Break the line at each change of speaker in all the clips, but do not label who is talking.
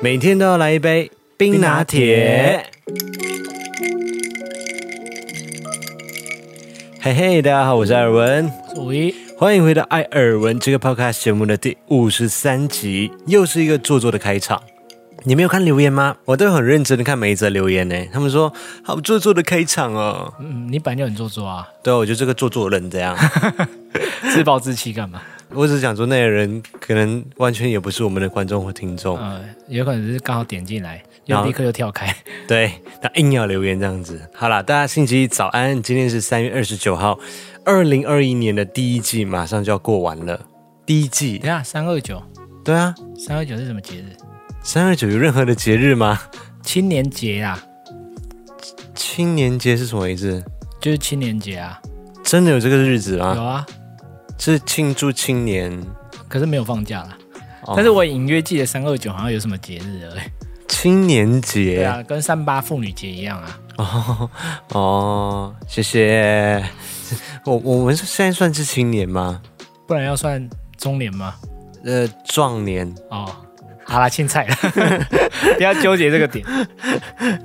每天都要来一杯冰拿铁。嘿嘿，大家好，我是艾尔文，
五一
欢迎回到艾尔文这个 podcast 节目的第五十三集，又是一个做作的开场。你没有看留言吗？我都很认真的看每一则留言呢。他们说好做作的开场哦，
嗯，你本来就很做作啊，
对啊，我就这个做作人这样。
自暴自弃干嘛？
我只是想说，那些人可能完全也不是我们的观众或听众，
呃，有可能是刚好点进来，
然
又
后
立刻就跳开。
对，他硬要留言这样子。好啦，大家星期一早安，今天是三月二十九号，二零二一年的第一季马上就要过完了。第一季
等一，下三二九，
对啊，
三二九是什么节日？
三二九有任何的节日吗？
青年节啊，
青年节是什么意思？
就是青年节啊，
真的有这个日子吗？
有啊，
是庆祝青年？
可是没有放假啦。
哦
但是我隐约记得三二九好像有什么节日而已。
青年节
对啊，跟三八妇女节一样啊。
哦哦，谢谢。 我我们现在算是青年吗？
不然要算中年吗？
呃，壮年，
哦，好啦，青 菜了，不要纠结这个点。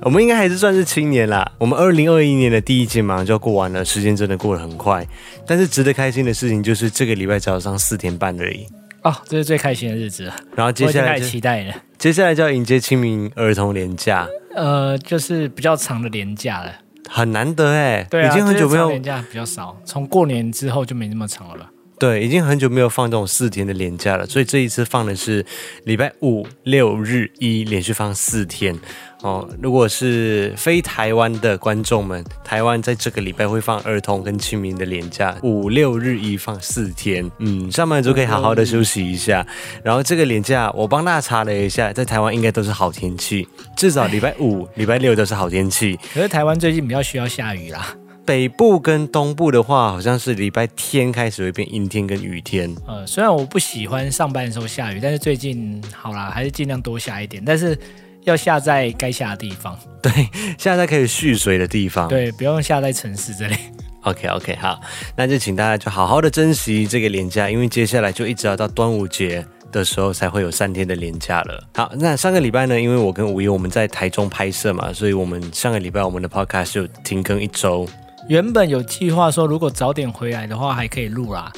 我们应该还是算是青年啦。我们二零二一年的第一季马上就要过完了，时间真的过得很快。但是值得开心的事情就是这个礼拜早上四点半而已。
哦，这是最开心的日子了，
然后
我
接
已经
下来
太
就
期待了。
接下来就要迎接清明儿童连假，
呃，就是比较长的年假了。
很难得哎、
对啊，
已经很久没有
年假比较少，从过年之后就没那么长了吧？
对，已经很久没有放这种四天的连假了，所以这一次放的是礼拜五、六日一连续放四天哦。如果是非台湾的观众们，台湾在这个礼拜会放儿童跟清明的连假，五六日一放四天，嗯，上班族可以好好的休息一下。然后这个连假，我帮大家查了一下，在台湾应该都是好天气，至少礼拜五、礼拜六都是好天气。
可是台湾最近比较需要下雨啦，
北部跟东部的话，好像是礼拜天开始会变阴天跟雨天。
呃，虽然我不喜欢上班的时候下雨，但是最近好啦，还是尽量多下一点，但是要下在该下的地方，
嗯 现在可以蓄水的地方。
对，不用下在城市这里。
，OK OK，好，那就请大家就好好的珍惜这个连假，因为接下来就一直要到端午节。的时候才会有三天的连假了。好，那上个礼拜呢，因为我跟吴一我们在台中拍摄嘛，所以我们上个礼拜我们的 podcast 就停更一周。
原本有计划说，如果早点回来的话，还可以录啦。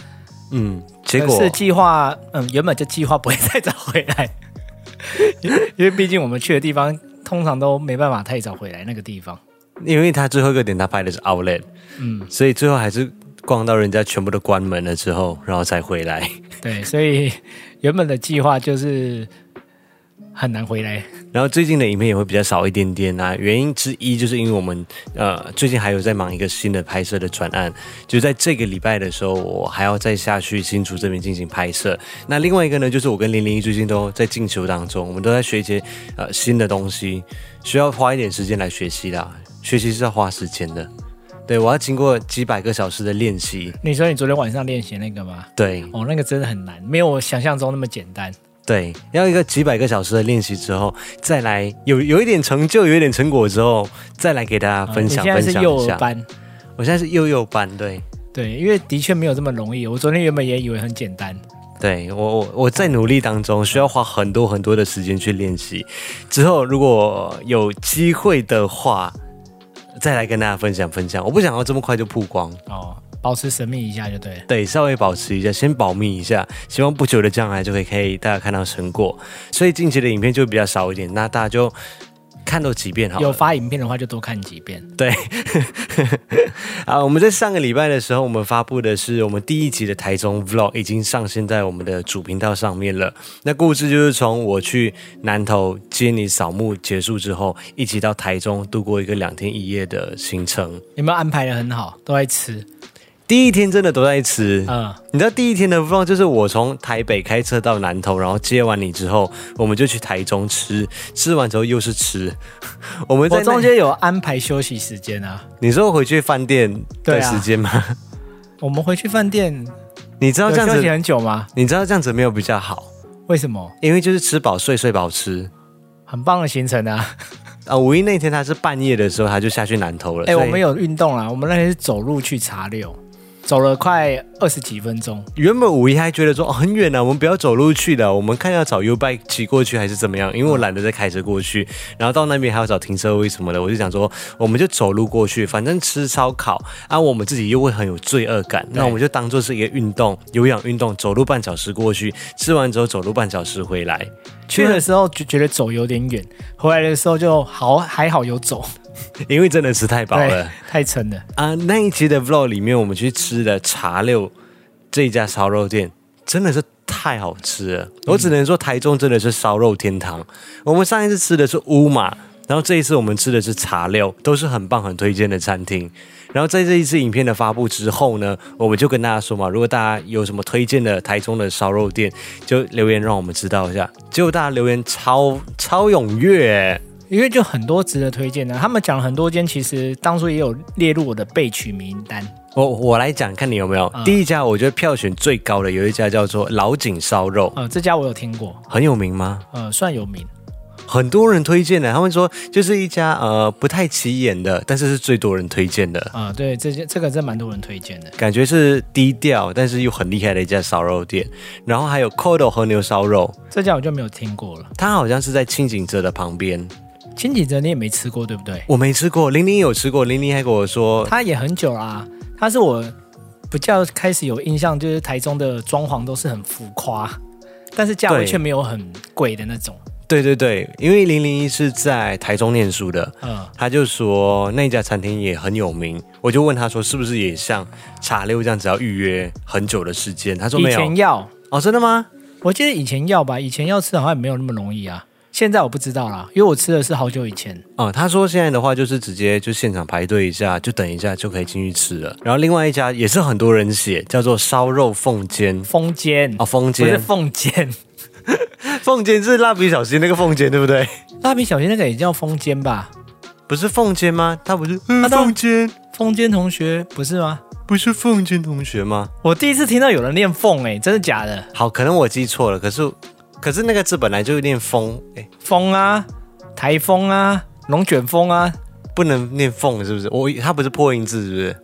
嗯，结果
可是计划，嗯，原本就计划不会再早回来， 因为因为毕竟我们去的地方通常都没办法太早回来那个地方。
因为他最后一个点他拍的是 outlet，
嗯，
所以最后还是逛到人家全部都关门了之后，然后才回来。
对，所以原本的计划就是很难回来。
然后最近的影片也会比较少一点点啊，原因之一就是因为我们呃最近还有在忙一个新的拍摄的专案，就在这个礼拜的时候，我还要再下去新竹这边进行拍摄。那另外一个呢，就是我跟零零一最近都在进修当中，我们都在学一些呃新的东西，需要花一点时间来学习啦。学习是要花时间的，对我要经过几百个小时的练习。
你说你昨天晚上练习那个吗？
对
哦，那个真的很难，没有我想象中那么简单。
对，要一个几百个小时的练习之后，再来有有一点成就，有一点成果之后，再来给大家分享、
啊嗯你现在
分
是
享
幼
一
儿
下。
班，
我现在是幼幼班，对
对，因为的确没有这么容易。我昨天原本也以为很简单，
对，我我我在努力当中，需要花很多很多的时间去练习。之后如果有机会的话，再来跟大家分享分享。我不想要这么快就曝光，
哦，保持神秘一下就对了。
对，稍微保持一下，先保密一下，希望不久的将来就可以可以大家看到成果。所以近期的影片就比较少一点，那大家就看多几遍好了。
有发影片的话就多看几遍。
啊，我们在上个礼拜的时候，我们发布的是我们第一集的台中 Vlog，已经上线在我们的主频道上面了。那故事就是从我去南投接你扫墓结束之后，一起到台中度过一个两天一夜的行程。
有没有安排的很好？都在吃，
第一天真的都在吃，
嗯，
你知道第一天的 Vlog 就是我从台北开车到南投，然后接完你之后，我们就去台中吃，吃完之后又是吃。 我们在
我
那
中间有安排休息时间啊。
你说回去饭店
对
的
啊
时间吗？
我们回去饭店
你知道
有
这样
休息啊
子，
很久吗？
你知道这样子没有比较好。
为什么？
因为就是吃饱睡，睡饱吃。
很棒的行程啊！
啊，五一那天他是半夜的时候，他就下去南投了。
哎、
所
我
以
们有运动啦，我们那天是走路去茶六。走了快二十几分钟，
原本五一还觉得说哦很远啊，我们不要走路去的，我们看要找 U bike 骑过去还是怎么样，因为我懒得再开车过去，然后到那边还要找停车位什么的，我就想说我们就走路过去，反正吃烧烤啊，我们自己又会很有罪恶感，那我们就当做是一个运动，有氧运动，走路半小时过去，吃完之后走路半小时回来，
去的时候就觉得走有点远，回来的时候就好还好有走，
因为真的吃太饱
对
了，
太撑了。
啊。那一集的 vlog 里面，我们去吃的茶六这一家烧肉店，真的是太好吃了。我只能说，台中真的是烧肉天堂。我们上一次吃的是乌马，然后这一次我们吃的是茶六，都是很棒、很推荐的餐厅。然后在这一次影片的发布之后呢，我们就跟大家说嘛，如果大家有什么推荐的台中的烧肉店，就留言让我们知道一下。结果大家留言超超踊跃、欸
因为就很多值得推荐的，他们讲了很多间，其实当初也有列入我的备取名单。
我我来讲，看你有没有。第一家我觉得票选最高的有一家叫做老井烧肉，
呃，这家我有听过，
很有名吗？
呃，算有名。
很多人推荐的，他们说就是一家呃不太起眼的，但是是最多人推荐的，
啊、对，这些这个真蛮多人推荐的。
感觉是低调但是又很厉害的一家烧肉店。然后还有 Kodo 和牛烧肉，
这家我就没有听过了。
它好像是在清景泽的旁边，
清景泽你也没吃过，对不对？
我没吃过，玲玲有吃过，玲玲还跟我说，
它也很久啦、它是我比较开始有印象，就是台中的装潢都是很浮夸，但是价位
对
却没有很贵的那种。
对对对，因为零零一是在台中念书的，
嗯，
他就说那家餐厅也很有名，我就问他说是不是也像茶六这样，只要预约很久的时间？他说
嗯以
没有
前。要，
哦，真的吗？
我记得以前要吧，以前要吃好像也没有那么容易啊。现在我不知道啦，因为我吃的是好久以前。
哦，他说现在的话就是直接就现场排队一下，就等一下就可以进去吃了。然后另外一家也是很多人写，叫做烧肉凤尖。
风间，
哦，凤
不是
尖，
凤间，
凤尖是蜡笔小新那个凤尖，对不对？
蜡笔小新那个也叫风间吧？
不是凤尖吗？他不是
他
嗯，
当
凤尖，
风间同学不是吗？
不是凤尖同学吗？
我第一次听到有人念凤，哎，真的假的？
好，可能我记错了，可是可是那个字本来就有点风，哎，
风啊，台风啊，龙卷风啊，
不能念凤是不是？我它不是破音字是不是？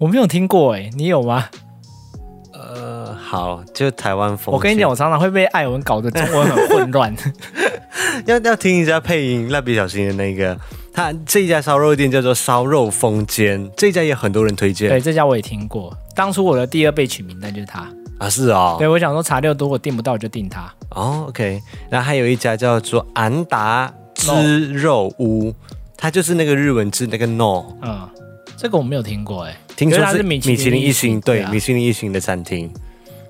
我没有听过哎、你有吗？
呃，好，就台湾风。
我跟你讲，，我常常会被艾文搞得中文很 混乱。
要要听一下配音《蜡笔小新》的那个，他这一家烧肉店叫做烧肉风间，这一家也很多人推荐
对，这家我也听过。当初我的第二备取名单就是它。
啊，是哦，
对，我想说茶六多，我订不到我就订它。
哦，OK，然后还有一家叫做安达之肉屋。它就是那个日文字那个 no，
嗯，这个我没有听过哎、
听说
原来是米
米
其林
其林一星，对，
对啊
米其林一星的餐厅。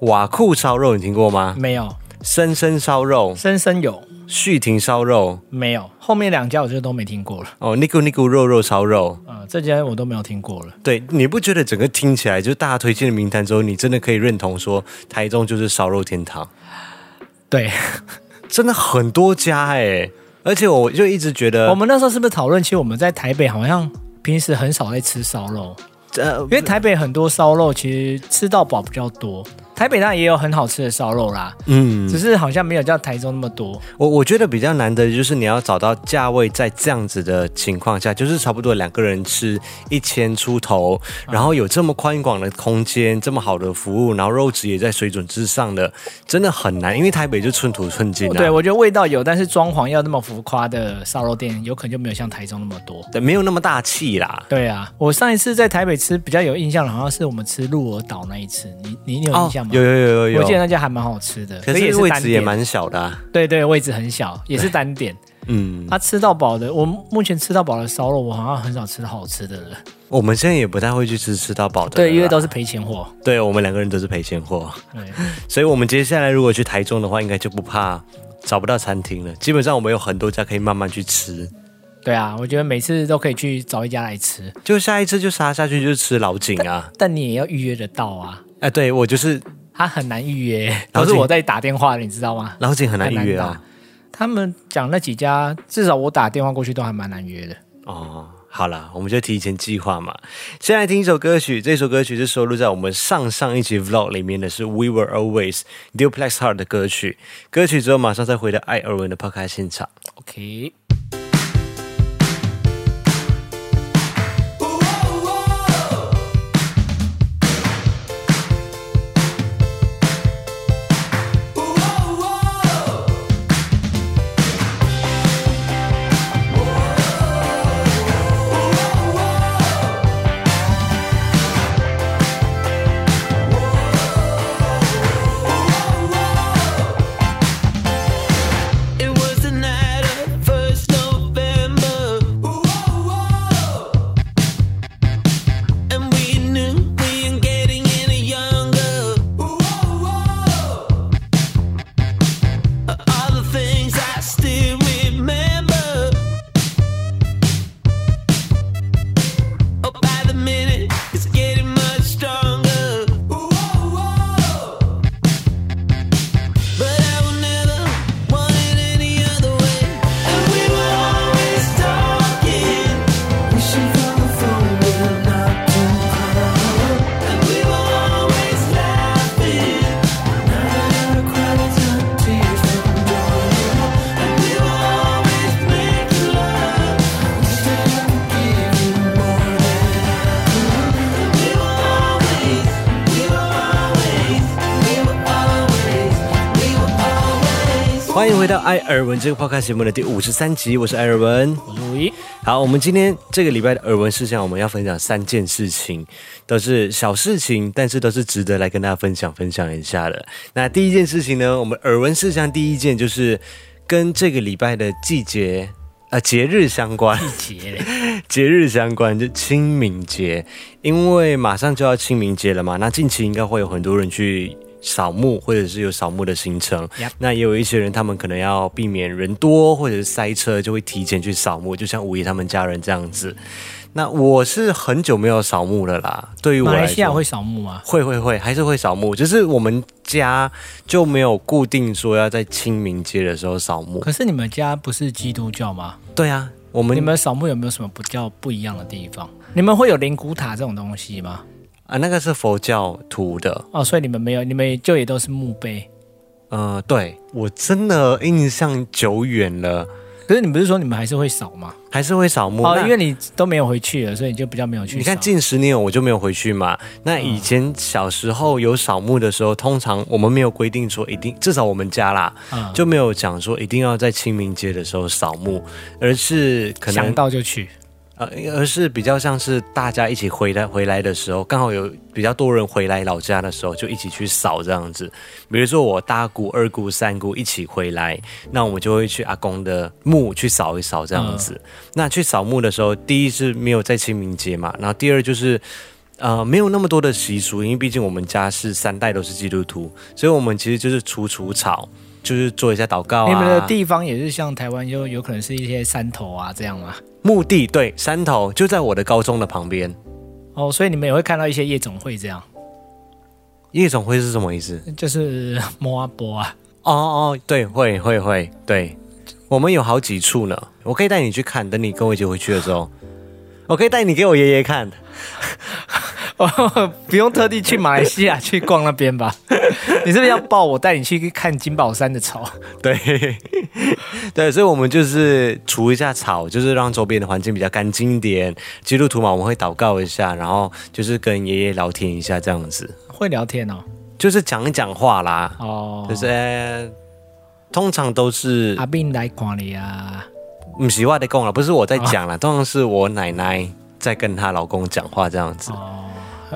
瓦库烧肉你听过吗？
没有。
深深烧肉、
深深有
旭亭烧肉、
没有？后面两家我就都没听过了。
哦，尼古尼古肉肉烧肉，
嗯，这家我都没有听过了。
对，你不觉得整个听起来就是大家推荐的名单之后，你真的可以认同说台中就是烧肉天堂，
对，
真的很多家哎、而且我就一直觉
我
得，
们那时候是不是讨论？其实我们在台北好像平时很少在吃烧肉，
呃
因，为台北很多烧肉其实吃到饱比较多。台北当然也有很好吃的烧肉啦，
嗯，
只是好像没有叫台中那么多。
我我觉得比较难的就是你要找到价位在这样子的情况下，就是差不多两个人吃一千出头，然后有这么宽广的空间，这么好的服务，然后肉质也在水准之上的，真的很难，因为台北就寸土寸金啊。
对，我觉得味道有，但是装潢要那么浮夸的烧肉店，有可能就没有像台中那么多。
对，没有那么大气啦。
对啊，我上一次在台北吃比较有印象的，好像是我们吃鹿儿岛那一次，你你有印象
哦
吗？
有有有有有，
我记得那家还蛮好吃的，
可
也
是
是
位
单
置也
点
蛮小的、啊，
对对，位置很小，也是单点。
嗯，
啊，吃到饱的，我目前吃到饱的烧肉，我好像很少吃到好吃的了。
我们现在也不太会去吃吃到饱的了啦，
对，因为都是赔钱货。
对我们两个人都是赔钱货，
对，
所以我们接下来如果去台中的话，应该就不怕找不到餐厅了。基本上我们有很多家可以慢慢去吃，
对啊，我觉得每次都可以去找一家来吃，
就下一次就杀下去就吃老井啊，
但你也要预约得到啊，
哎、对我就是
它很难预约，
了
都
解
是我在打电话的，你知道吗？
老井很难
很
预
难
约
打
啊，。
他们讲那几家，至少我打电话过去都还蛮难约的。
哦。好啦，我们就提前计划嘛。先来听一首歌曲，这首歌曲是收录在我们上上一集 vlog 里面的，是 We Were Always Duplex Heart 的歌曲。歌曲之后马上再回到艾尔文的 podcast 现场。
OK，
Ooh, ooh, ooh.
欢迎回到艾尔文这个 podcast 节目的第五十三集，我是艾尔文。
我是五一，
好，我们今天这个礼拜的耳闻事项，我们要分享三件事情，都是小事情，但是都是值得来跟大家分享分享一下的。那第一件事情呢，我们耳闻事项第一件就是跟这个礼拜的季节。啊，节日相关，
一杰嘞，
节日相关就清明节，因为马上就要清明节了嘛，那近期应该会有很多人去扫墓，或者是有扫墓的行程。
Yep
那也有一些人，他们可能要避免人多或者是塞车，就会提前去扫墓，就像五一他们家人这样子。那我是很久没有扫墓了啦，对于我
马
来
来西亚
说。
会扫墓吗？
会会会，还是会扫墓，就是我们家就没有固定说要在清明节的时候扫墓。
可是你们家不是基督教吗？
对啊，我们
你们扫墓有没有什么比较不一样的地方？你们会有灵骨塔这种东西吗？
啊那个是佛教徒的，
哦，所以你们没有，你们就也都是墓碑。
呃，对我真的印象久远了，
可是你不是说你们还是会扫吗？
还是会扫墓。
哦，
那
因为你都没有回去了，所以你就比较没有去扫。
你看近十年我就没有回去嘛。那以前小时候有扫墓的时候，通常我们没有规定说一定，至少我们家啦
嗯
就没有讲说一定要在清明节的时候扫墓，而是可
想
能
到就去，
呃，而是比较像是大家一起回来回来的时候，刚好有比较多人回来老家的时候，就一起去扫这样子。比如说我大姑、二姑、三姑一起回来，那我们就会去阿公的墓去扫一扫这样子。那去扫墓的时候，第一是没有在清明节嘛，然后第二就是。呃，没有那么多的习俗，因为毕竟我们家是三代都是基督徒，所以我们其实就是除除草，就是做一下祷告啊。
你们的地方也是像台湾，就有可能是一些山头啊这样吗？
墓地对山头就在我的高中的旁边。
哦，所以你们也会看到一些夜总会这样，
夜总会是什么意思？
就是摸阿波啊。
哦哦，对，会会会，对，我们有好几处呢，我可以带你去看，等你跟我一起回去的时候，我可以带你给我爷爷看。
哦， 不用特地去马来西亚去逛那边 吧？你是不是要抱我带你去看金宝山的草？
对， 对，所以我们就是除一下草，就是让周边的环境比较干净一点。基督徒嘛，我们会祷告一下，然后就是跟爷爷聊天一下，这样子，
会聊天哦，
就是讲一讲话啦，
哦，
就是。呃通常都是
阿斌来看你啊，
不是我在讲了，不是我在讲了，通常是我奶奶在跟她老公讲话这样子。
哦，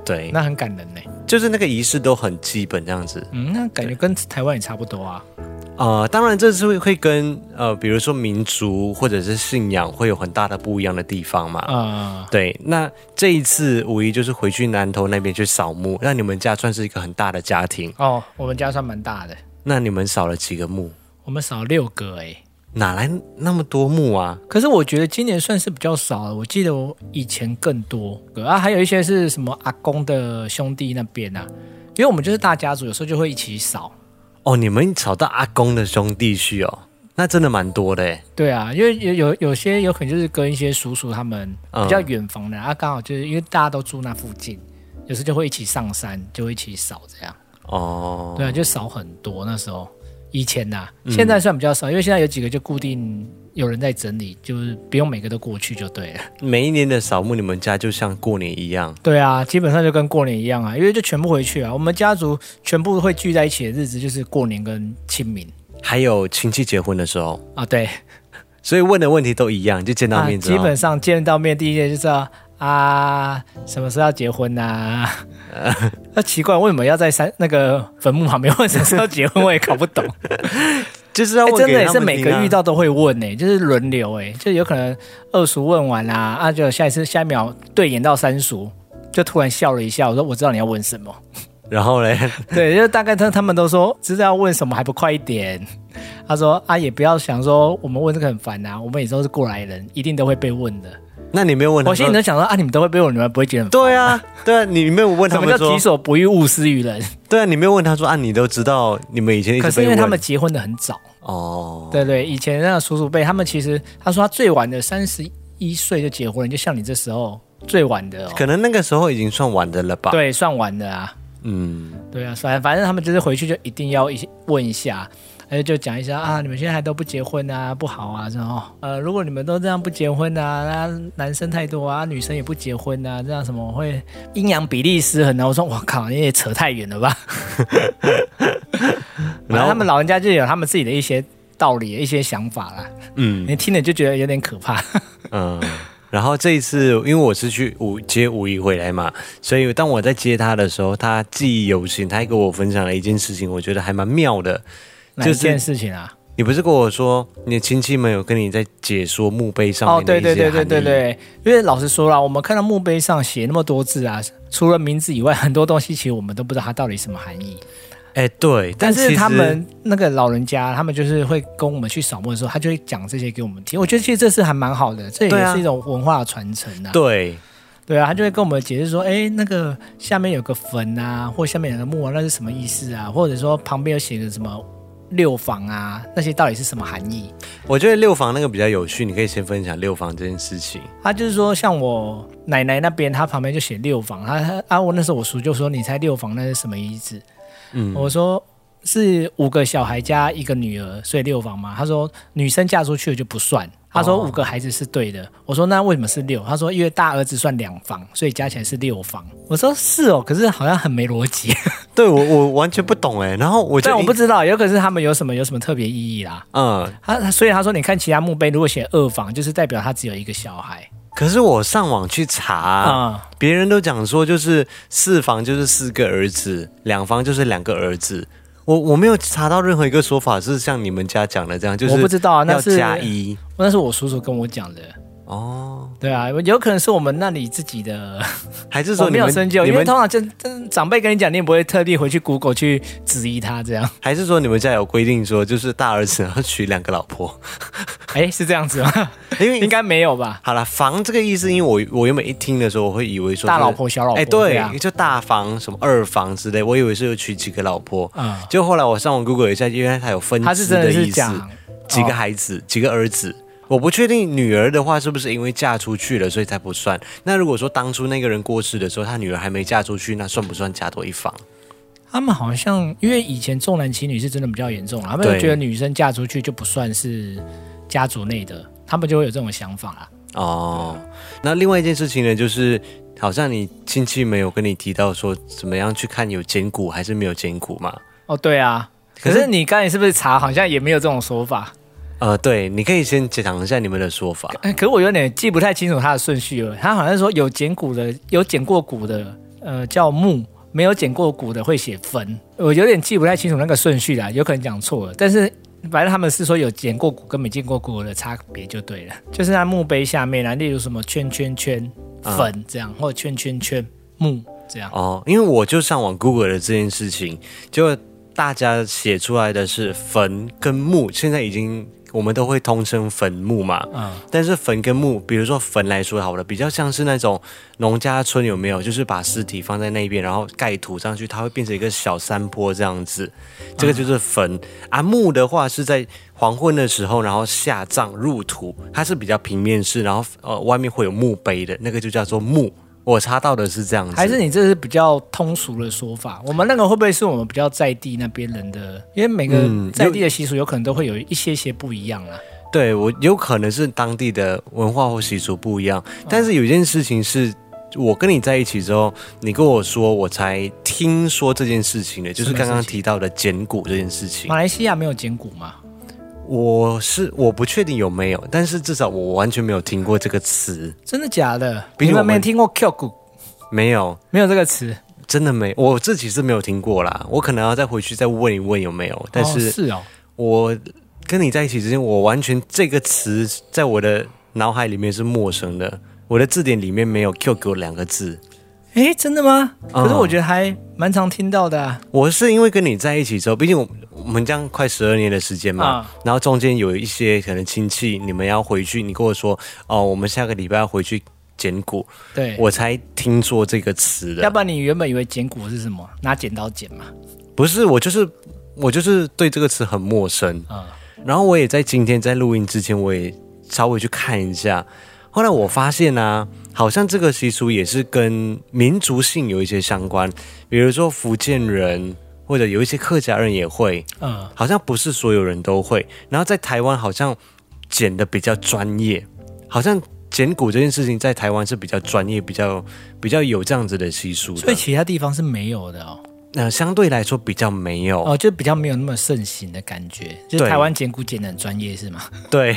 对，
那很感人呢。
就是那个仪式都很基本这样子。
嗯，那感觉跟台湾也差不多啊。
呃，当然这是会会跟呃，比如说民族或者是信仰会有很大的不一样的地方嘛。
呃，
对，那这一次五一就是回去南投那边去扫墓，那你们家算是一个很大的家庭，
哦，我们家算蛮大的，
那你们扫了几个墓？
我们少六个哎、
哪来那么多墓啊？
可是我觉得今年算是比较少了，我记得我以前更多啊，还有一些是什么阿公的兄弟那边啊，因为我们就是大家族，有时候就会一起扫。
哦，你们扫到阿公的兄弟去哦，那真的蛮多的欸诶。
对啊，因为有有有些有可能就是跟一些叔叔他们
嗯
比较远房的、啊，刚好就是因为大家都住那附近，有时就会一起上山，就会一起扫这样。
哦，嗯
对啊，就少很多那时候。以前呐、现在算比较少，因为现在有几个就固定有人在整理，就是不用每个都过去就对了。
每一年的扫墓，你们家就像过年一样。
对啊，基本上就跟过年一样啊，因为就全部回去啊。我们家族全部会聚在一起的日子就是过年跟清明
还有亲戚结婚的时候，
啊。对，
所以问的问题都一样，就见到
啊，
面之
基
后。
本上见到面第一件就知道啊，什么时候要结婚呐、 啊？那奇怪，为什么要在山那个坟墓旁边问什么时候结婚？我也搞不 懂。
就是要
哎、
问
真的
给
也
他
是
们
每
听
个
啊
遇到都会问呢、就是轮流哎、就有可能二叔问完啦、啊，就下一次下一秒对眼到三叔，就突然笑了一下，我说我知道你要问什么，
然后嘞，
对，就大概他他们都说知道要问什么还不快一点，他说啊也不要想说我们问这个很烦啊，我们也都是过来人，一定都会被问的，
那你没有问他
我
说？
心里都想说啊你们都会被问，你们不会觉得很烦
对 啊，对啊，你没有问他
什么
们
叫
说
己，所不欲，勿施于人？
对啊，你没有问他说啊，你都知道，你们以前一直
可
被
是因为
问
他们结婚的很早，
哦，
对对，以前那个叔叔辈，他们其实他说他最晚的三十一岁就结婚了，就像你这时候最晚的、哦，
可能那个时候已经算晚的了吧？，
对，算晚的啊，
嗯，
对啊，反反正他们就是回去就一定要一问一下，而且就讲一下啊，你们现在还都不结婚啊，不好啊，然后呃，如果你们都这样不结婚啊，那男生太多啊，女生也不结婚啊，这样什么会阴阳比例失衡啊？我说我靠，你 也扯太远了吧。
然
然后
后
他们老人家就有他们自己的一些道理、一些想法啦。
嗯
你听了就觉得有点可怕。
嗯，然后这一次因为我是去五接五一回来嘛，所以当我在接他的时候，他记忆犹新，他还跟我分享了一件事情，我觉得还蛮妙的。
哪
就
一
是
件事情啊？
你不是跟我说你的亲戚们有跟你在解说墓碑上
哦，
面的
对
一些
对对对
含
对
义
对，因为老实说啦，我们看到墓碑上写那么多字啊，除了名字以外，很多东西其实我们都不知道它到底什么含义。
哎对，
但
其
是
实
他们那个老人家，他们就是会跟我们去扫墓的时候，他就会讲这些给我们听。我觉得其实这是还蛮好的，这
对
也
啊
是一种文化的传承啊。
对
对啊，他就会跟我们解释说，哎，那个下面有个坟啊，或下面有个墓啊，那是什么意思啊？或者说旁边有写个什么六房啊，那些到底是什么含义？
我觉得六房那个比较有趣，你可以先分享六房这件事情。
他就是说，像我奶奶那边，他旁边就写六房，他他啊，我那时候我叔就说，你猜六房那是什么意思？
嗯，
我说是五个小孩加一个女儿，所以六房嘛。他说女生嫁出去了就不算。他说
哦
五个孩子是对的。我说那为什么是六？他说因为大儿子算两房，所以加起来是六房。我说是哦，可是好像很没逻辑。
对我我完全不懂哎，然后 我就
但我不知道，有可能是他们有什么有什么特别意义啦。
嗯，
他他所以他说，你看其他墓碑如果写二房，就是代表他只有一个小孩
可是我上网去查，
啊、
别人都讲说就是四房就是四个儿子，两房就是两个儿子。我我没有查到任何一个说法是像你们家讲的这样，就是
我不知道啊，那
要
是
加一
那是我叔叔跟我讲的。
哦，
对啊，有可能是我们那里自己的
还 是
我
说
没
你
有
们
深究，
你
因为
们
通常就真长辈跟你讲，你也不会特地回去 Google 去质疑他这样。
还是说你们家有规定说就是大儿子要娶两个老婆，
哎，是这样 子吗？
因为
应该没有吧？
好了房这个意思，因为我我原本一听的时候我会以为说
大
是
老婆、小老婆，
哎，对，
啊，
就大房什么二房之类，我以为是有娶几个老婆，
嗯，
就后来我上网 Google 一下，原来它有分
他是
支
真
嗯的
的是哦
意思，
讲
几个孩子、几个儿子。我不确定女儿的话是不是因为嫁出去了，所以才不算。那如果说当初那个人过世的时候，他女儿还没嫁出去，那算不算嫁多一房？
他们好像因为以前重男轻女是真的比较严重啊，他们
对
就觉得女生嫁出去就不算是家族内的，他们就会有这种想法啊啦。
哦，那另外一件事情呢，就是好像你亲戚没有跟你提到说怎么样去看有捡骨还是没有捡骨嘛？
哦，对啊，
可
可
是
是你刚才是不是查好像也没有这种说法？
呃，对，你可以先讲一下你们的说法。
哎可我有点记不太清楚它的顺序了。它好像说有剪骨的，有剪过骨的，呃，叫墓；没有剪过骨的会写坟。我有点记不太清楚那个顺序啦，有可能讲错了。但是反正他们是说有剪过骨跟没剪过骨的差别就对了，就是在墓碑下面啦，啊例如什么圈圈圈
嗯
坟这样，或者圈圈圈墓这样。
哦，因为我就上网 Google 了这件事情，就大家写出来的是坟跟墓，现在已经我们都会通称坟墓嘛。
嗯，
但是坟跟墓，比如说坟来说好了，比较像是那种农家村有没有？就是把尸体放在那边，然后盖土上去，它会变成一个小山坡这样子。这个就是坟、啊。墓的话是在黄昏的时候，然后下葬入土，它是比较平面式，然后呃外面会有墓碑的那个就叫做墓。我查到的是这样子，
还是你这是比较通俗的说法？我们那个会不会是我们比较在地那边人的？因为每个
嗯有
在地的习俗有可能都会有一些些不一样啦。
对我有可能是当地的文化或习俗不一样，但是有一件事情是。我跟你在一起之后，你跟我说，我才听说这件事情的，就是
什么
刚刚
事情啊
提到的捡骨这件事情
马。来西亚没有剪骨吗？
我是我不确定有没有，但是至少我完全没有听过这个词，
真的假的？
毕
你
竟我
们
们
没听过 Q 骨，
没有，
没有这个词。
真的没，我自己是没有听过啦。我可能要再回去再问一问有没有，但
哦
是
是哦，
我跟你在一起之前，我完全这个词在我的脑海里面是陌生的，我的字典里面没有 “QQ” 两个字。
诶，真的吗？
嗯
可是我觉得还蛮常听到的啊、
我是因为跟你在一起之后，毕竟我我们这样快十二年的时间嘛，
啊
然后中间有一些可能亲戚你们要回去，你跟我说哦，我们下个礼拜要回去捡骨，
对，
我啊才听说这个词
要
的。
不然你原本以为剪骨是什么？拿剪刀剪嘛。
不是，我就是我就是对这个词很陌生。
嗯，
然后我也在今天在录音之前，我也稍微去看一下。后来我发现啊，好像这个习俗也是跟民族性有一些相关，比如说福建人或者有一些客家人也会，
嗯，
好像不是所有人都会。然后在台湾好像剪的比较专业，好像剪骨这件事情在台湾是比较专业、比较比较有这样子的习俗啊
所
的。
以其他地方是没有的哦。
呃，相对来说比较没有。
哦，就比较没有那么盛行的感觉，就是
对
台湾剪骨剪的很专业是吗？
对，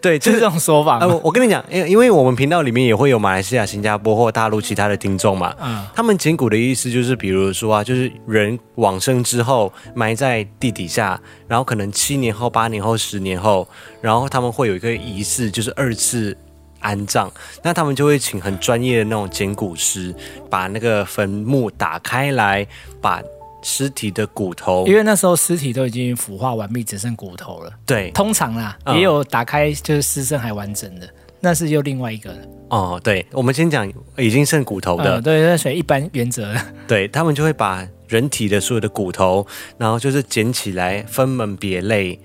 对，就
就是
是
这种说法
呃，
吗？
我我跟你讲，因因为我们频道里面也会有马来西亚、新加坡或大陆其他的听众嘛，
嗯
他们捡骨的意思就是，比如说啊，就是人往生之后埋在地底下，然后可能七年后、八年后、十年后，然后他们会有一个仪式，就是二次。安葬，那他们就会请很专业的那种捡骨师，把那个坟墓打开来，把尸体的骨头，
因为那时候尸体都已经腐化完毕，只剩骨头了。
对，
通常啦，
嗯
也有打开就是尸身还完整的，那是又另外一个了。
哦，对，我们先讲已经剩骨头的，
嗯，对，那属于一般 原则了。
对他们就会把人体的所有的骨头，然后就是捡起来分门别类，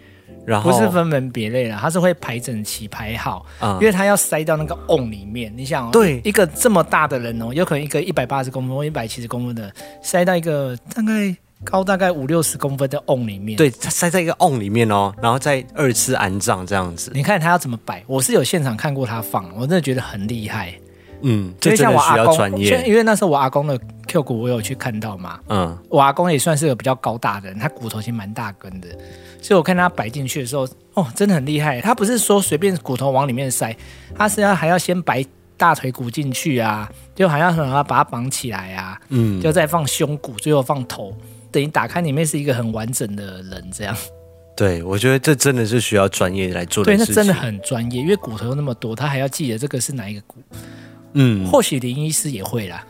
然后
不是分门别类了，它是会排整齐排好，
啊、
因为它要塞到那个瓮里面。你想、哦，
对
一个这么大的人哦，有可能一个一百八十公分或一百七十公分的，塞到一个大概高大概五六十公分的瓮里面。，
对，塞在一个瓮里面哦，然后再二次安葬这样子。
你看他要怎么摆，我是有现场看过他放，我真的觉得很厉害。
嗯，
因
这
为
真
像
的
我
需
阿
要
公，
专
像
业。
因为那时候我阿公的 Q 骨我有去看到嘛，
嗯，
我阿公也算是个比较高大的人，他骨头其实蛮大根的，所以我看他摆进去的时候，哦，真的很厉害。他不是说随便骨头往里面塞，他是要还要先摆大腿骨进去啊，就好像很要把它绑起来啊，
嗯，
就再放胸骨，最后放头，等于打开里面是一个很完整的人这样。
对，我觉得这真的是需要专业来做的
对，
事
那
情。
真的很专业，因为骨头又那么多，他还要记得这个是哪一个骨。
嗯，
或许林医师也会啦，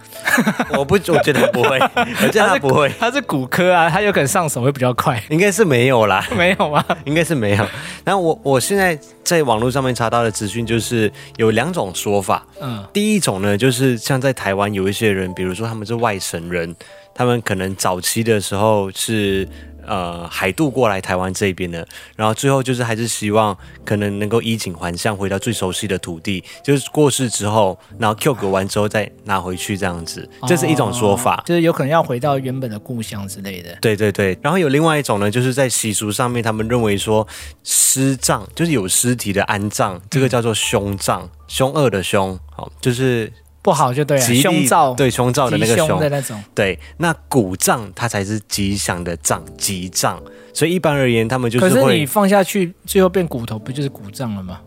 我不，我觉得不会，我觉得他
是
不会，
他是骨科啊，他有可能上手会比较快，
应该是没有啦。
没有吗？
应该是没有。然后我我现在在网络上面查到的资讯就是有两种说法，
嗯，
第一种呢，就是像在台湾有一些人，比如说他们是外省人，他们可能早期的时候是呃海渡过来台湾这边的，然后最后就是还是希望可能能够衣锦还乡，回到最熟悉的土地，就是过世之后，然后 Q 隔完之后再拿回去这样子，这是一种说法。
就是有可能要回到原本的故乡之类的。
对对对，然后有另外一种呢，就是在习俗上面，他们认为说尸葬就是有尸体的安
嗯
葬，这个叫做凶葬，凶恶的凶，好，就是
不好就对了，
吉利
胸罩
对胸罩的那个
吉
凶
凶的那种，
对，那鼓胀它才是吉祥的胀，吉胀。所以一般而言，他们就
可
是
是
会
你放下去，最后变骨头，不就是鼓胀了吗？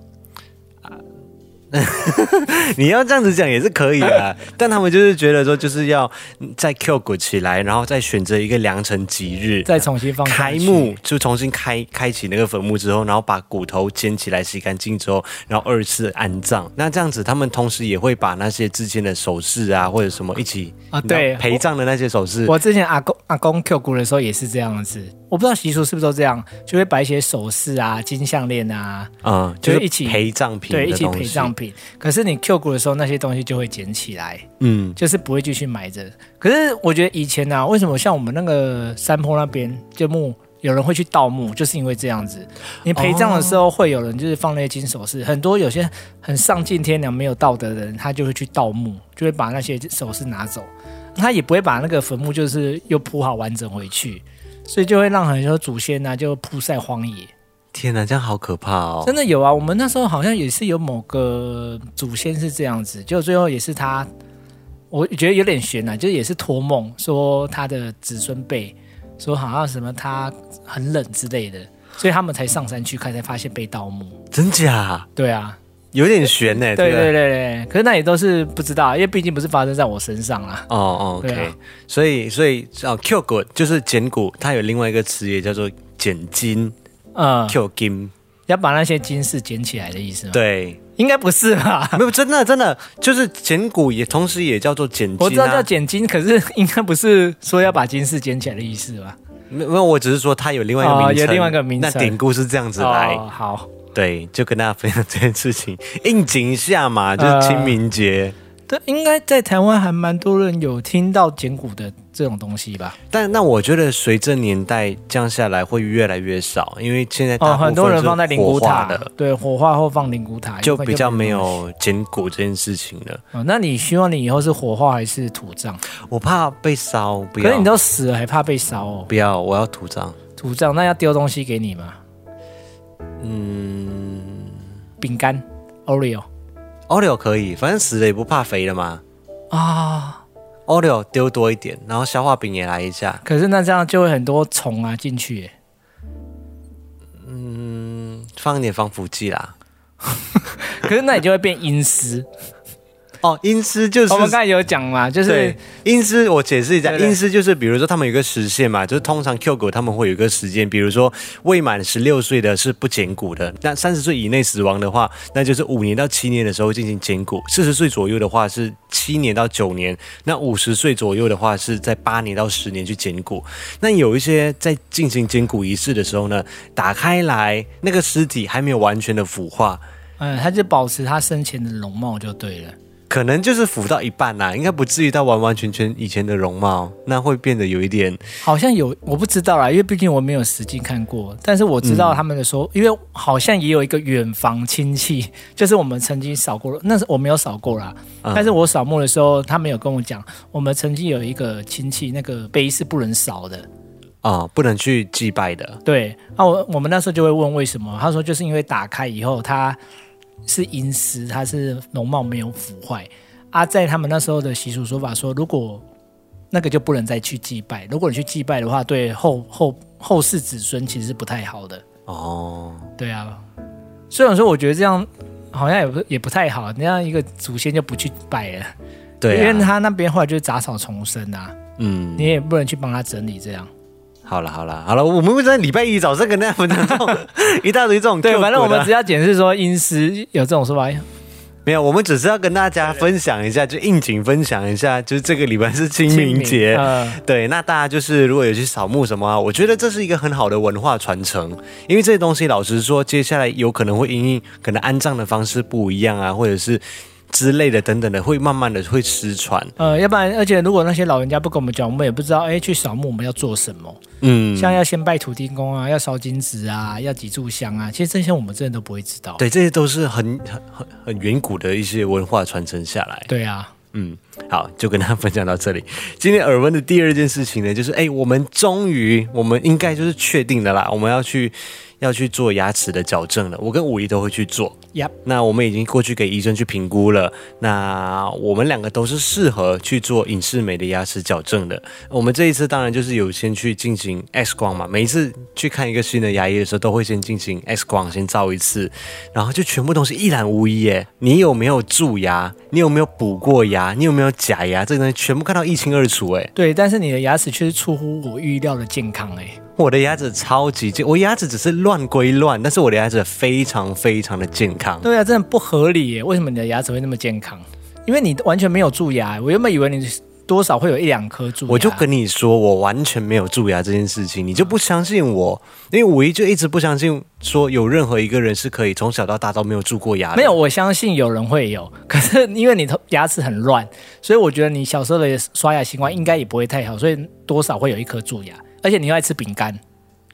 你要这样子讲也是可以的啊， 但他们就是觉得说，就是要再 Q 鼓起来，然后再选择一个良辰吉日，
再重新放下
开
去
幕，就重新开开启那个坟墓之后，然后把骨头捡起来洗干净之后，然后二次安葬。那这样子，他们同时也会把那些之前的首饰啊，或者什么一起
啊！
你知道
对，
陪葬的那些首饰
我。我之前阿公阿公 Q 骨的时候也是这样子，我不知道习俗是不是都这样，就会摆一些首饰啊、金项链啊，
嗯，就
就
是是
一起
陪葬品的
对，一起
东
陪
西
葬。品。可是你 Q 骨的时候，那些东西就会捡起来，
嗯
就是不会继续埋着。可是我觉得以前啊，为什么像我们那个山坡那边就墓，有人会去盗墓，就是因为这样子。你陪葬的时候会有人就是放那些金首饰，很多有些很丧尽天良、没有道德的人，他就会去盗墓，就会把那些首饰拿走，他也不会把那个坟墓就是又铺好完整回去。所以就会让很多祖先呢、就铺在荒野，
天哪，这样好可怕哦！
真的有啊。我们那时候好像也是有某个祖先是这样子，就最后也是他，我觉得有点悬啊，就是也是托梦说他的子孙辈说好像什么他很冷之类的，所以他们才上山去看，才发现被盗墓。
真假？
对啊，
有点悬呢、欸。
对
这个
对对对，可是那也都是不知道，因为毕竟不是发生在我身上啦。
哦哦
对
，OK，、
啊
所以所以哦，Q 骨就是剪骨，它有另外一个词也叫做剪金
嗯，
，Q 金，
要把那些金饰捡起来的意思吗？，
对，
应该不是 吧？
没有真的真的就是剪骨也同时也叫做剪金、啊，
我知道叫捡金，可是应该不是说要把金饰捡起来的意思吧？
没有没有，我只是说它有另外一个名
哦
称，
有另外一个名称
那典故是这样子来，
哦、好，
对，就跟大家分享这件事情，应景一下嘛，就是清明节。
对，应该在台湾还蛮多人有听到简骨的这种东西吧？
但那我觉得随着年代降下来会越来越少，因为现在大
哦，
部分
很多人放在灵骨
是火化
塔
的，，
对，火化后放灵骨塔，
就比较没
东西。
有剪骨这件事情了。
哦，那你希望你以后是火化还是土葬？
我怕被烧，不
可
要。
是你都死了还怕被烧哦？
不要，我要土葬。
土葬那要丢东西给你吗？
嗯
饼干、Oreo
，Oreo 可以，反正死了也不怕肥了嘛。
啊、
Oreo 丢多一点，然后消化饼也来一下。
可是那这样就会很多虫啊进去耶，
嗯，放一点防腐剂啦。
可是那你就会变阴湿。
哦，阴湿 就是
我们刚才有讲嘛，就是
对阴湿，我解释一下，
对对
阴湿就是比如说他们有一个时限嘛，就是通常 Q 狗他们会有一个时间，比如说未满十六岁的是不减骨的，那三十岁以内死亡的话，那就是五年到七年的时候进行减骨；四十岁左右的话是七年到九年，那五十岁左右的话是在八年到十年去减骨。那有一些在进行减骨仪式的时候呢，打开来那个尸体还没有完全的腐化，
嗯，它就保持它生前的容貌就对了。
可能就是腐到一半啦，应该不至于到完完全全以前的容貌，那会变得有一点
好像有，我不知道啦，因为毕竟我没有实际看过，但是我知道他们的说，因为好像也有一个远房亲戚，就是我们曾经扫过，那是我没有扫过啦，
嗯
但是我扫墓的时候，他们有跟我讲，我们曾经有一个亲戚，那个碑是不能扫的，
啊、不能去祭拜的。
对，啊，我我们那时候就会问为什么，他说就是因为打开以后它是阴湿，它是容貌没有腐坏，啊，在他们那时候的习俗说法说，如果那个就不能再去祭拜，如果你去祭拜的话，对后后后世子孙其实是不太好的，
哦，
对啊，虽然说我觉得这样。好像也不也不太好，那样一个祖先就不去拜了，
对、啊，
因为他那边后来就是杂草丛生啊，
嗯
你，也不能去帮他整理这样。
好了好了好了，我们不在礼拜一早上跟大家分享这种 一大堆这种 Q
对，
骨的，
反正我们只要解释说阴湿有这种说法，
没有，我们只是要跟大家分享一下，就应景分享一下，就是这个礼拜是清明节。
呃
对，那大家就是如果有去扫墓什么啊，我觉得这是一个很好的文化传承，因为这些东西老实说，接下来有可能会因应可能安葬的方式不一样啊，或者是之类的等等的，会慢慢的会失传。
呃，要不然，而且如果那些老人家不跟我们讲，我们也不知道，哎，去扫墓我们要做什么？
嗯，
像要先拜土地公啊，要烧金纸啊，要几炷香啊，其实这些我们真的都不会知道。
对，这些都是很很很很远古的一些文化传承下来。
对啊，
嗯，好，就跟大家 分享到这里。今天耳闻的第二件事情呢，就是哎，我们终于，我们应该就是确定的啦，我们要去要去做牙齿的矫正了。我跟五一都会去做。
Yep
那我们已经过去给医生去评估了，那我们两个都是适合去做隐适美的牙齿矫正的。我们这一次当然就是有先去进行 X 光嘛，每一次去看一个新的牙医的时候，都会先进行 X 光，先照一次，然后就全部东西一览无遗耶。你有没有蛀牙？你有没有补过牙？你有没有假牙？这些东西全部看到一清二楚哎。
对，但是你的牙齿却是出乎我预料的健康、哎，
我的牙齿超级健，我牙齿只是乱归乱，但是我的牙齿非常非常的健康。
对啊，真的不合理、耶，为什么你的牙齿会那么健康？因为你完全没有蛀牙、我原本以为你多少会有一两颗蛀牙，
我就跟你说，我完全没有蛀牙这件事情，你就不相信我，因为五一就一直不相信说有任何一个人是可以从小到大都没有蛀过牙的。
没有，我相信有人会有， 可是因为你头牙齿很乱，所以我觉得你小时候的刷牙习惯应该也不会太好，所以多少会有一颗蛀牙，而且你又爱吃饼干，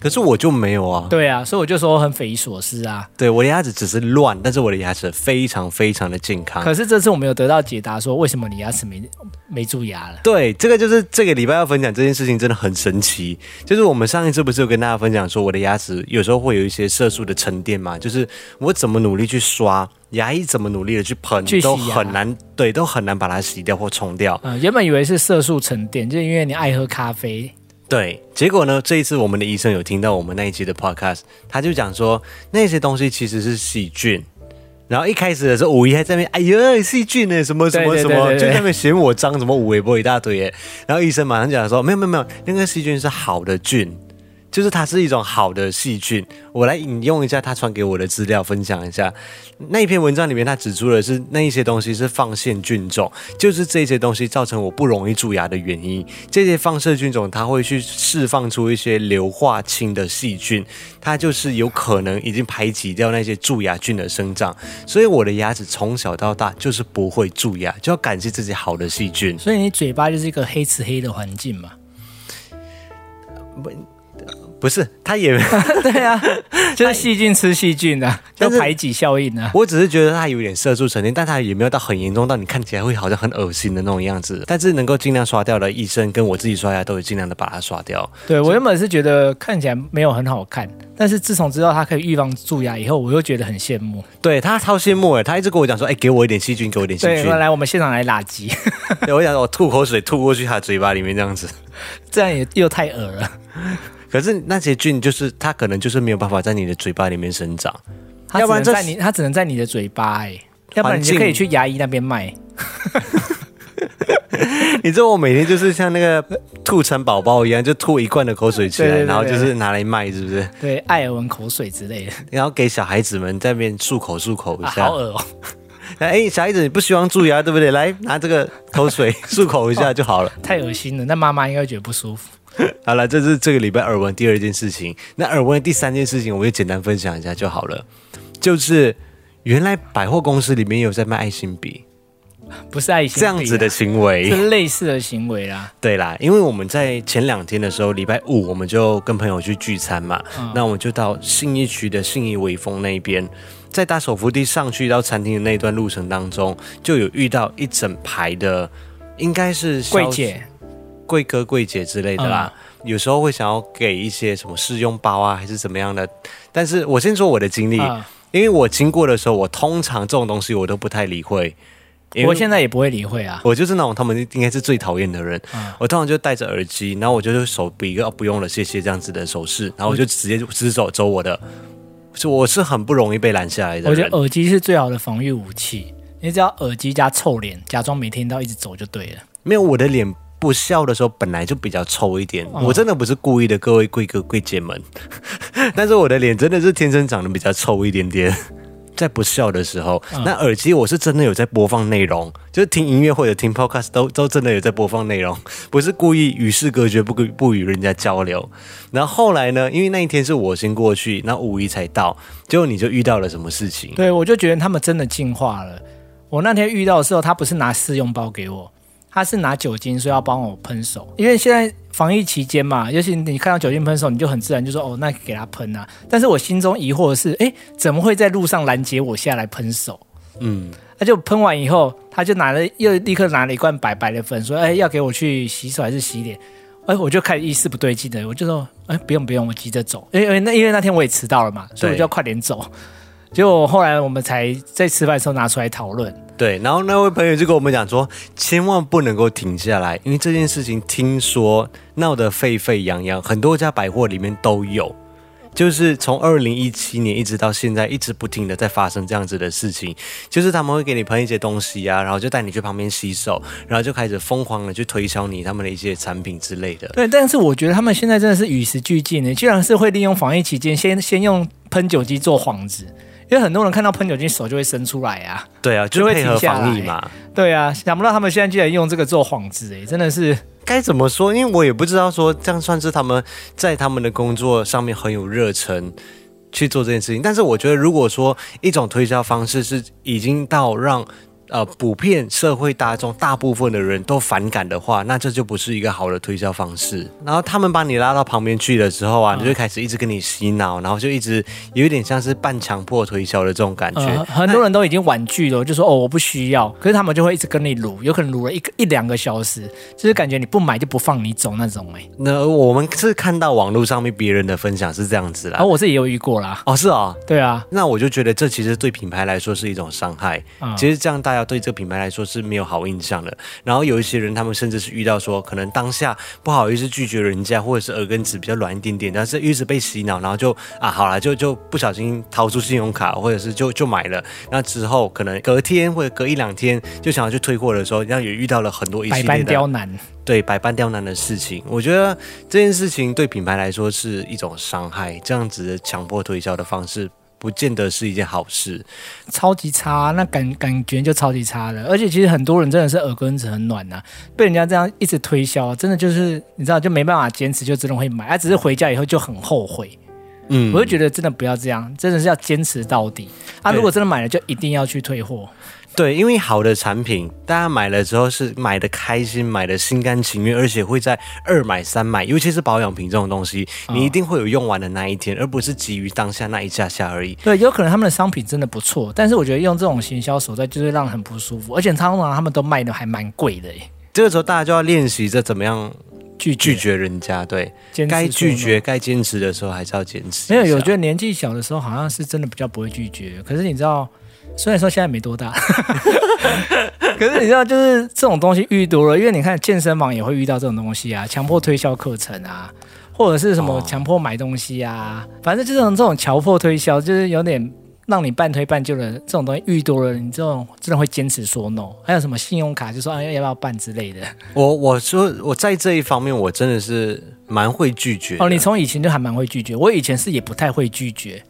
可是我就没有啊。
对啊，所以我就说很匪夷所思啊。
对，我的牙齿只是乱，但是我的牙齿非常非常的健康。
可是这次我们有得到解答，说为什么你牙齿没没蛀牙了？
对，这个就是这个礼拜要分享这件事情，真的很神奇。就是我们上一次不是有跟大家分享说，我的牙齿有时候会有一些色素的沉淀嘛，就是我怎么努力去刷，牙医怎么努力的去喷，
去洗
都
牙
很难，对，都很难把它洗掉或冲掉。
呃，原本以为是色素沉淀，就是因为你爱喝咖啡，
对，结果呢，这一次我们的医生有听到我们那一期的 podcast，他就讲说那些东西其实是细菌。然后一开始的时候，五一还在那边，哎呀，细菌呢，什么什么
对对
什
对
么，
对对
就在那边嫌我脏，什么五微波一大堆耶。然后医生马上讲说，没有没有没有，那个细菌是好的菌，就是它是一种好的细菌。我来引用一下他传给我的资料，分享一下那一篇文章里面，他指出的是那一些东西是放线菌种，就是这些东西造成我不容易蛀牙的原因。这些放射菌种它会去释放出一些硫化氢的细菌，它就是有可能已经排挤掉那些蛀牙菌的生长，所以我的牙齿从小到大就是不会蛀牙，就要感谢自己好的细菌。
所以你嘴巴就是一个黑吃黑的环境嘛。
不是，他也，
对啊，就是细菌吃细菌的、啊，就
但是
排挤效应啊。
我只是觉得他有点色素沉淀，但他也没有到很严重到你看起来会好像很恶心的那种样子。但是能够尽量刷掉的，医生跟我自己刷牙都有尽量的把它刷掉。
对我原本是觉得看起来没有很好看，但是自从知道它可以预防蛀牙以后，我又觉得很羡慕。
对他超羡慕诶，他一直跟我讲说，哎，给我一点细菌，给我一点细
对，
菌。
来我们现场来垃圾，
对我想说我吐口水吐过去他嘴巴里面这样子。
这样也又太恶了。
可是那些菌就是它可能就是没有办法在你的嘴巴里面生长，
它
要
只
不然
能
这
在你，它只能在你的嘴巴哎、要不然你
环
就
境
可以去牙医那边卖。
你知道我每天就是像那个吐蚕宝宝一样，就吐一罐的口水起来，
对对对
然后就是拿来卖，是不是？
对，艾尔文口水之类的，
然后给小孩子们在那边漱口漱口一
啊、
下。
好恶哦、
哎、小孩子你不希望蛀牙对不对？来拿这个口 水漱口一下就好了。
太恶心了。那妈妈应该会觉得不舒服。
好了，这是这个礼拜耳闻第二件事情。那耳闻的第三件事情，我就简单分享一下就好了，就是原来百货公司里面有在卖爱心笔
不是爱心、啊
这样子的，行 为，
是类似的行为啦。
对啦，因为我们在前两天的时候，礼拜五我们就跟朋友去聚餐嘛，
嗯
那我们就到信义区的信义威风那边，在搭手扶梯上去到餐厅的那段路程当中，就有遇到一整排的，应该是消
柜姐，
贵哥、贵姐之类的啦。
嗯
有时候会想要给一些什么试用包啊，还是怎么样的。但是我先说我的经历，
啊、
因为我经过的时候，我通常这种东西我都不太理会。因为
我现在也不会理会啊。
我就是那种他们应该是最讨厌的人。
嗯
我通常就戴着耳机，然后我就是手比一个、哦、不用了，谢谢这样子的手势，然后我就直接就直走走我的。是我是很不容易被拦下来的
我觉
人
得。耳机是最好的防御武器，你只要耳机加臭脸，假装没听到，一直走就对了。
没有我的脸不笑的时候本来就比较臭一点，我真的不是故意的，各位贵哥贵姐们。 但是我的脸真的是天生长得比较臭一点点。在不笑的时候，那耳机我是真的有在播放内容，就是听音乐或者听 podcast 都都真的有在播放内容，不是故意与世隔绝，不跟不与人家交流。然后后来呢，因为那一天是我先过去，那五一才到，结果你就遇到了什么事情？
对，我就觉得他们真的进化了。我那天遇到的时候，他不是拿试用包给我，他是拿酒精说要帮我喷手，因为现在防疫期间嘛，尤其你看到酒精喷手，你就很自然就说哦，那给他喷啊。但是我心中疑惑的是，诶，怎么会在路上拦截我下来喷手？
嗯，
他就喷完以后，他就拿了又立刻拿了一罐白白的粉，说：“哎，要给我去洗手还是洗脸？”哎，我就开始意识不对劲了，我就说：“哎，不用不用，我急着走。哎因为”因为那因为那天我也迟到了嘛，所以我就要快点走。结果后来我们才在吃饭的时候拿出来讨论，
对，然后那位朋友就跟我们讲说，千万不能够停下来，因为这件事情听说闹得沸沸扬扬，很多家百货里面都有，就是从二零一七年一直到现在，一直不停的在发生这样子的事情，就是他们会给你喷一些东西啊，然后就带你去旁边洗手，然后就开始疯狂的去推销你他们的一些产品之类的。
对，但是我觉得他们现在真的是与时俱进欸的，居然是会利用防疫期间先先用喷酒精做幌子，因为很多人看到喷酒精手就会伸出来啊。
对啊，就
就会
配合
停下
防疫
来
嘛。
对啊，想不到他们现在居然用这个做幌子，哎，真的是
该怎么说？因为我也不知道说这样算是他们在他们的工作上面很有热忱去做这件事情。但是我觉得，如果说一种推销方式是已经到让呃普遍社会大众大部分的人都反感的话，那这就不是一个好的推销方式。然后他们把你拉到旁边去的时候啊，你就开始一直跟你洗脑，然后就一直有一点像是半强迫推销的这种感觉。
呃、很多人都已经婉拒了，就说哦我不需要，可是他们就会一直跟你撸，有可能撸了一个一两个小时，就是感觉你不买就不放你走那种哎、
那我们是看到网络上面别人的分享是这样子啦。
然啊后我自己也有遇过啦，
哦，是哦，
对啊，
那我就觉得这其实对品牌来说是一种伤害。
嗯
其实这样大家对这个品牌来说是没有好印象的。然后有一些人，他们甚至是遇到说，可能当下不好意思拒绝人家，或者是耳根子比较软一点点，但是一直被洗脑，然后就啊好了，就就不小心掏出信用卡，或者是就就买了。那之后可能隔天或者隔一两天就想要去退货的时候，然后也遇到了很多一
百
系列
般
的
刁难，
对百般刁难的事情。我觉得这件事情对品牌来说是一种伤害，这样子的强迫推销的方式。不见得是一件好事，
超级差，那感感觉就超级差了。而且其实很多人真的是耳根子很软呐、被人家这样一直推销，真的就是你知道就没办法坚持，就真的会买，他、啊只是回家以后就很后悔。
嗯
我就觉得真的不要这样，真的是要坚持到底啊！
对
如果真的买了，就一定要去退货。
对，因为好的产品，大家买了之后是买的开心，买的心甘情愿，而且会在二买三买，尤其是保养品这种东西，你一定会有用完的那一天，而不是急于当下那一下下而已。
对，有可能他们的商品真的不错，但是我觉得用这种行销手段就是让人很不舒服，而且通常他们都卖的还蛮贵的耶，
这个时候大家就要练习着怎么样
拒
拒绝人家，对，
坚持
该
说
拒
no
绝、该坚持的时候还是要坚持一
没
下。
有，我觉得年纪小的时候好像是真的比较不会拒绝。可是你知道， 虽然说现在没多大， 可是你知道，就是这种东西遇多了，因为你看健身房也会遇到这种东西啊，强迫推销课程啊，或者是什么
哦
强迫买东西啊，反正就这种这种强迫推销，就是有点。让你半推半就的这种东西遇多了，你这种真的会坚持说 no。还有什么信用卡就说啊要不要办之类的。
我我说我在这一方面，我真的是蛮会拒绝的。
哦，你从以前就还蛮会拒绝，我以前是也不太会拒绝，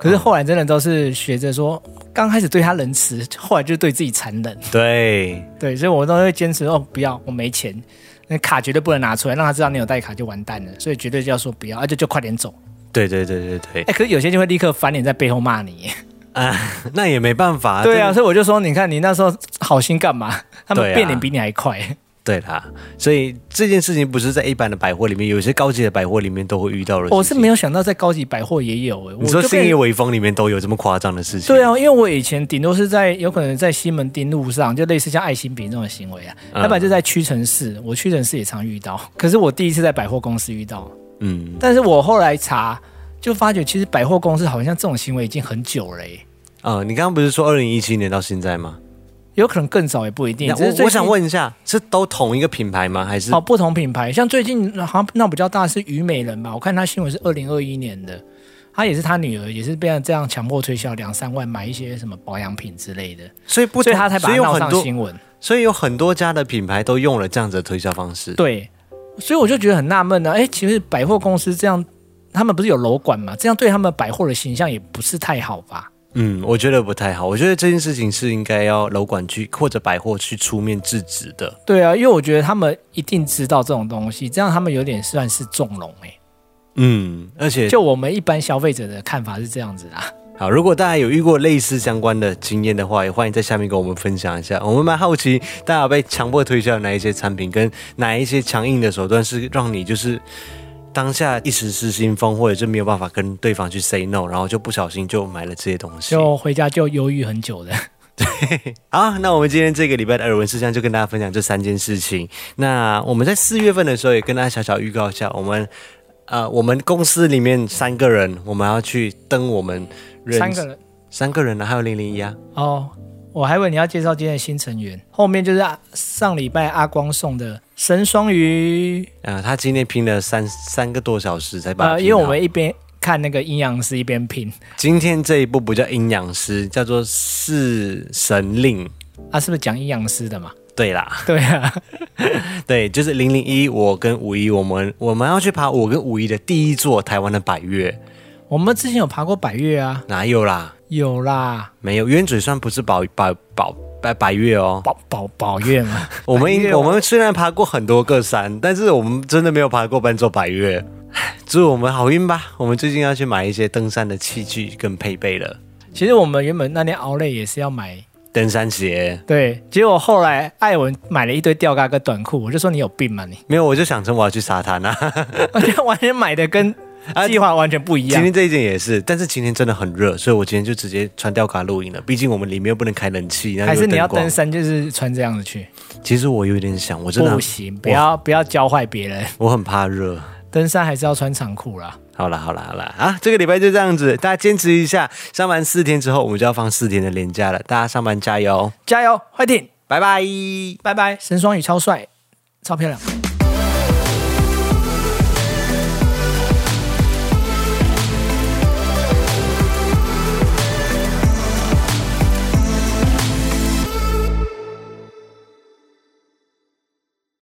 可是后来真的都是学着说，刚开始对他仁慈，后来就对自己残忍，
对
对，所以我都会坚持哦，不要，我没钱，那卡绝对不能拿出来，让他知道你有带卡就完蛋了，所以绝对就要说不要，而且就快点走。
对对对对对， 啊
哎，可是有些就会立刻翻脸在背后骂你，
那也没办法。
哎对
这
啊，
个
所以我就说，你看你那时候好心干嘛？他
对
们
啊
变脸比你还快，
对啦，所以这件事情不是在一般的百货里面，有些高级的百货里面都会遇到的事情。
我是没有想到在高级百货也有、哎，我
你说
就
信
变
义威风里面都有这么夸张的事情？
对，啊，因为我以前顶多是在有可能在西门町路上，就类似像爱心饼这种行为啊，
嗯
要不然就在屈臣氏，我屈臣氏也常遇到， 可是我第一次在百货公司遇到，
嗯，
但是我后来查就发觉，其实百货公司好像这种行为已经很久了、欸，
啊、你刚刚不是说二零一七年到现在吗？
有可能更早也不一定。
那
只是最
我我想
近
问一下，是都同一个品牌吗？还是
哦，不同品牌，像最近好像闹比较大是虞美人吧，我看她新闻是二零二一年的，她也是她女儿，也是被这样强迫推销两三万买一些什么保养品之类的，
所以不
所
同，
以她才
所
把它
以有
闹
很
上
多，
新闻。
所以有很多家的品牌都用了这样子的推销方式。
对，所以我就觉得很纳闷呢、啊。哎，其实百货公司这样，他们不是有楼管嘛？这样对他们百货的形象也不是太好吧？
嗯，我觉得不太好。我觉得这件事情是应该要楼管去或者百货去出面制止的。
对啊，因为我觉得他们一定知道这种东西，这样他们有点算是纵容哎、
嗯，而且
就我们一般消费者的看法是这样子啦。
好，如果大家有遇过类似相关的经验的话，也欢迎在下面跟我们分享一下。我们蛮好奇，大家有被强迫推销的哪一些产品，跟哪一些强硬的手段是让你就是当下一时失心疯，或者是没有办法跟对方去 say no，然后就不小心就买了这些东西。
就回家就犹豫很久的。
好，那我们今天这个礼拜的耳闻事项就跟大家分享这三件事情。那我们在四月份的时候也跟大家小小预告一下，我们呃，我们公司里面三个人，我们要去登我们人
三个人
三个人呢，还有零零一啊。
哦，我还以为你要介绍今天的新成员，后面就是啊上礼拜阿光送的神双鱼，
啊、他今天拼了三三个多小时才把它
呃，因
拼
为
好、
我们一边看那个阴阳师一边拼，
今天这一部不叫阴阳师，叫做四神令。
啊，是不是讲阴阳师的嘛？
对啦，
对啊，
对，就是零零一，我跟五一，我们我们要去爬我跟五一的第一座台湾的百越，
我们之前有爬过百越啊，
哪有啦？
有啦，
没有，鸢嘴算不是保保保百百越哦。
宝宝宝月嘛，
我们
百
应
越
我们虽然爬过很多个山，但是我们真的没有爬过半座百 越。祝我们好运吧！我们最近要去买一些登山的器具跟配备了，
其实我们原本那天熬累也是要买，
登山鞋。
对，结果后来艾文买了一堆吊嘎跟短裤，我就说你有病吗你？
没有，我就想成我要去沙滩啊。
我觉得完全买的跟
啊
计划完全不一
今
样。
天这一件也是，但是今天真的很热，所以我今天就直接穿吊卡露营了。毕竟我们里面又不能开冷气，那又
还是你要
有光
登。山，就是穿这样子去，
其实我有点想，我真的啊
不行，不要不要教坏别人。
我很怕热。
登山还是要穿长裤啦。
好啦好啦好啦啊！这个礼拜就这样子，大家坚持一下。上班四天之后，我们就要放四天的年假了，大家上班加油，哦
加油，快点！
拜拜。
拜拜，神双宇超帅，超漂亮。